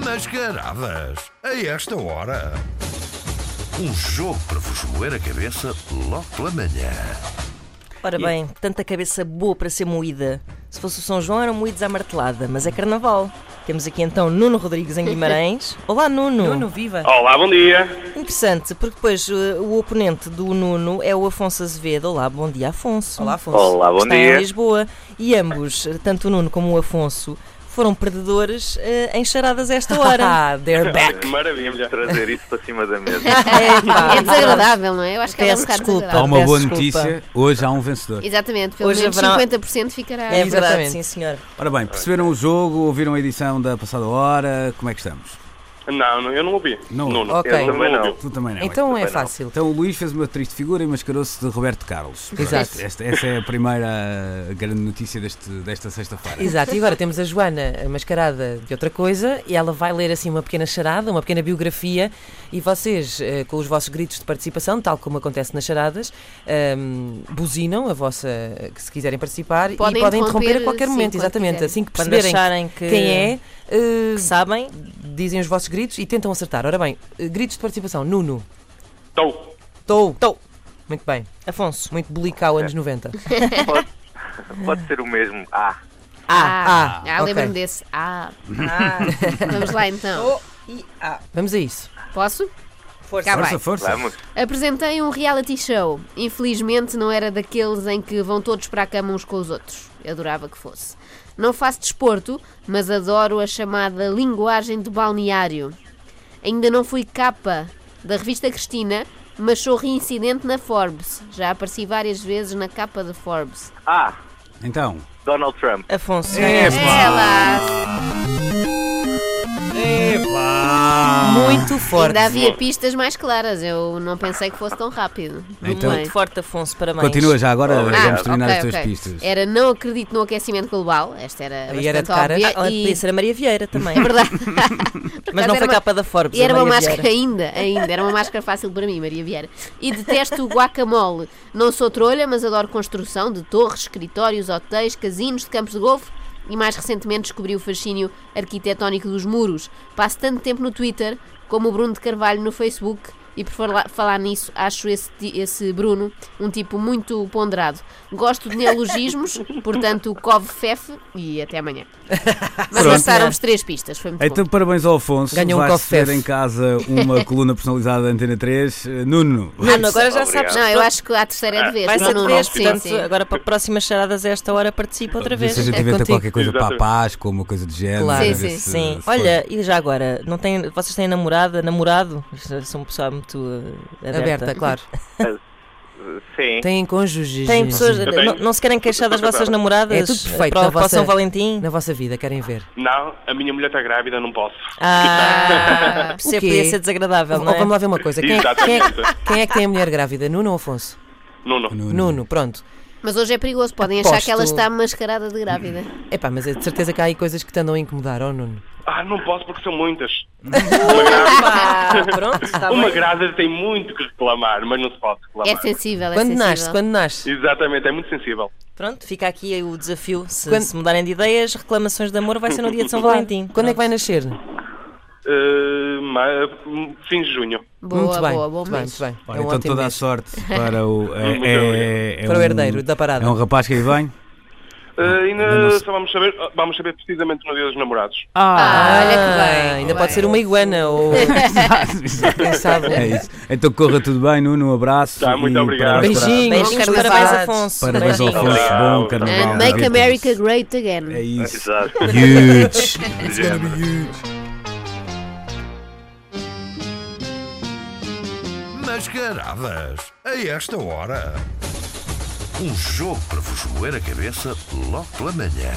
Mascaradas, a esta hora. Um jogo para vos moer a cabeça logo pela manhã. Ora bem, é- tanta cabeça boa para ser moída. Se fosse o São João eram moídos à martelada, mas é carnaval. Temos aqui então Nuno Rodrigues em Guimarães. Olá Nuno. Nuno, viva! Olá, bom dia. Interessante, porque depois eh, o oponente do Nuno é o Afonso Azevedo. Olá, bom dia Afonso. Olá, Afonso. Olá, bom Está em dia. Lisboa. E ambos, eh, tanto o Nuno como o Afonso, foram perdedores eh, em charadas a esta hora. Ah, they're back! Maravilha. trazer isso para cima da mesa. é, pá, É desagradável, não é? Eu acho que ela é um Peço bocado desculpa. Há Ao desagradável. uma Peço boa desculpa. notícia, hoje há um vencedor. Exatamente, pelo Hoje menos haverá- 50% ficará. É verdade, Exatamente. sim senhor. Ora bem, perceberam o jogo, ouviram a edição da passada hora, como é que estamos? Não, não, eu não ouvi. Não Nuno, ouvi. Ok. eu também Também não não. ouvi. Tu também não. Então também é não. fácil. Então o Luís fez uma triste figura e mascarou-se de Roberto Carlos. Pronto, Exato. esta- esta é a primeira eh, grande notícia deste- desta sexta-feira. Exato, e agora temos a Joana a mascarada de outra coisa e ela vai ler assim uma pequena charada, uma pequena biografia e vocês, eh, com os vossos gritos de participação, tal como acontece nas charadas, ehm, buzinam a vossa, que se quiserem participar e Podem podem interromper a interromper, qualquer sim, momento, quando exatamente. quiserem. Assim que Quando perceberem acharem que, quem é, eh, que sabem, dizem os vossos gritos e tentam acertar. Ora bem, eh, gritos de participação, Nuno, Estou. estou, estou. Muito bem, Afonso. muito bulical anos 90. Pode, pode ser o mesmo. Ah, Ah, Ah, ah, ok. lembro-me desse. Ah. Vamos lá então. Vamos a isso. Oh. Posso? Força. Força, força. vamos. Apresentei um reality show. Infelizmente não era daqueles em que vão todos para a cama uns com os outros. Eu adorava que fosse. Não faço desporto, mas adoro a chamada linguagem de balneário. Ainda não fui capa da revista Cristina, mas sou reincidente na Forbes. Já apareci várias vezes na capa da Forbes. Ah, Então, Donald Trump. Afonso. é? Ela! Muito forte. Ainda havia pistas mais claras. Eu não pensei que fosse tão rápido. Então, Muito bem. Muito forte, Afonso, parabéns. continua já agora, Obrigado. vamos terminar Ah, ok, as tuas ok. pistas. Era Não Acredito no Aquecimento Global. Esta era Aí era de bastante cara. óbvia Ah, e- Podia ser a Maria Vieira também. É verdade. Mas não era foi uma- capa da Forbes. E era a uma Maria máscara Vieira. ainda, ainda. Era uma máscara fácil para mim, Maria Vieira. E detesto o guacamole. Não sou trolha, mas adoro construção de torres, escritórios, hotéis, casinos, de campos de golfe e mais recentemente descobri o fascínio arquitetónico dos muros. Passo tanto tempo no Twitter como o Bruno de Carvalho no Facebook e por falar, falar nisso, acho esse, ti- esse Bruno um tipo muito ponderado. Gosto de neologismos, portanto, cove-fefe e até amanhã. Mas Pronto. lançaram-vos três pistas, foi muito É bom. Então, parabéns ao Afonso. Ganhou um vais cofre. receber em casa uma coluna personalizada da Antena 3. Eh, Nuno, Nuno, agora já Obrigado. sabes. Não, eu acho que a terceira é de vez. Vai não, ser não, de não. vez, sim, portanto, sim. agora para próximas charadas a esta hora participa outra vê vez. É se a gente inventa contigo. qualquer coisa para a Exatamente. Páscoa, uma coisa de género. Claro. ver Sim, sim. se- Sim, se olha, e já agora, não tem, vocês têm namorada, namorado? Eu Sou uma pessoa muito eh, aberta. Aberta, claro. Sim. Têm cônjuges. Têm pessoas, Eu tenho. não, não se querem queixar das vossas namoradas É tudo perfeito para, na o- para o vossa- São Valentim? Na vossa vida, querem ver. Não, a minha mulher está grávida, não posso. Ah, O quê? percebo, podia ser desagradável, Ou não é? vamos lá ver uma coisa. Quem é, quem, é, Exatamente. quem é que tem a mulher grávida? Nuno ou Afonso? Nuno. Nuno. Nuno, pronto. Mas hoje é perigoso, podem achar Aposto. que ela está mascarada de grávida. Epá, mas é de certeza que há aí coisas que te andam a incomodar, oh Nuno. Ah, não posso porque são muitas. Uma grávida, Ah, pronto, está uma bem. grávida tem muito que reclamar, mas não se pode É reclamar. sensível, é Quando sensível. nasce, quando nasce. Exatamente, é muito sensível. Pronto, fica aqui o desafio. Se, Quando- se mudarem de ideias, reclamações de amor vai ser no dia de São Valentim. Quando é que vai nascer? Uh, ma- fim de junho. Boa, muito bem. boa, bom muito bem, mês. muito bem. Olha, é um então ótimo toda a mês. sorte para o, é- Muito é- obrigado. é Para o um- herdeiro da parada. É um rapaz que aí vem? Uh, eu ainda não sei. só vamos saber, vamos saber precisamente no dia dos namorados. Ah, olha que Ah, bem. ainda pode ser uma iguana ou. Quem sabe? É isso. Então corra tudo bem, Nuno. Um abraço. Tá, muito e obrigado. parabéns para- Beijinho. Beijinhos, Bom carnaval. parabéns, Afonso. Parabéns ao Beijinhos. Afonso. Bom Obrigado. carnaval. And Uh, make Beijinhos. America great again. É isso. Exato. Huge. It's gonna be huge. Mascaradas, a esta hora. Um jogo para vos moer a cabeça logo pela manhã.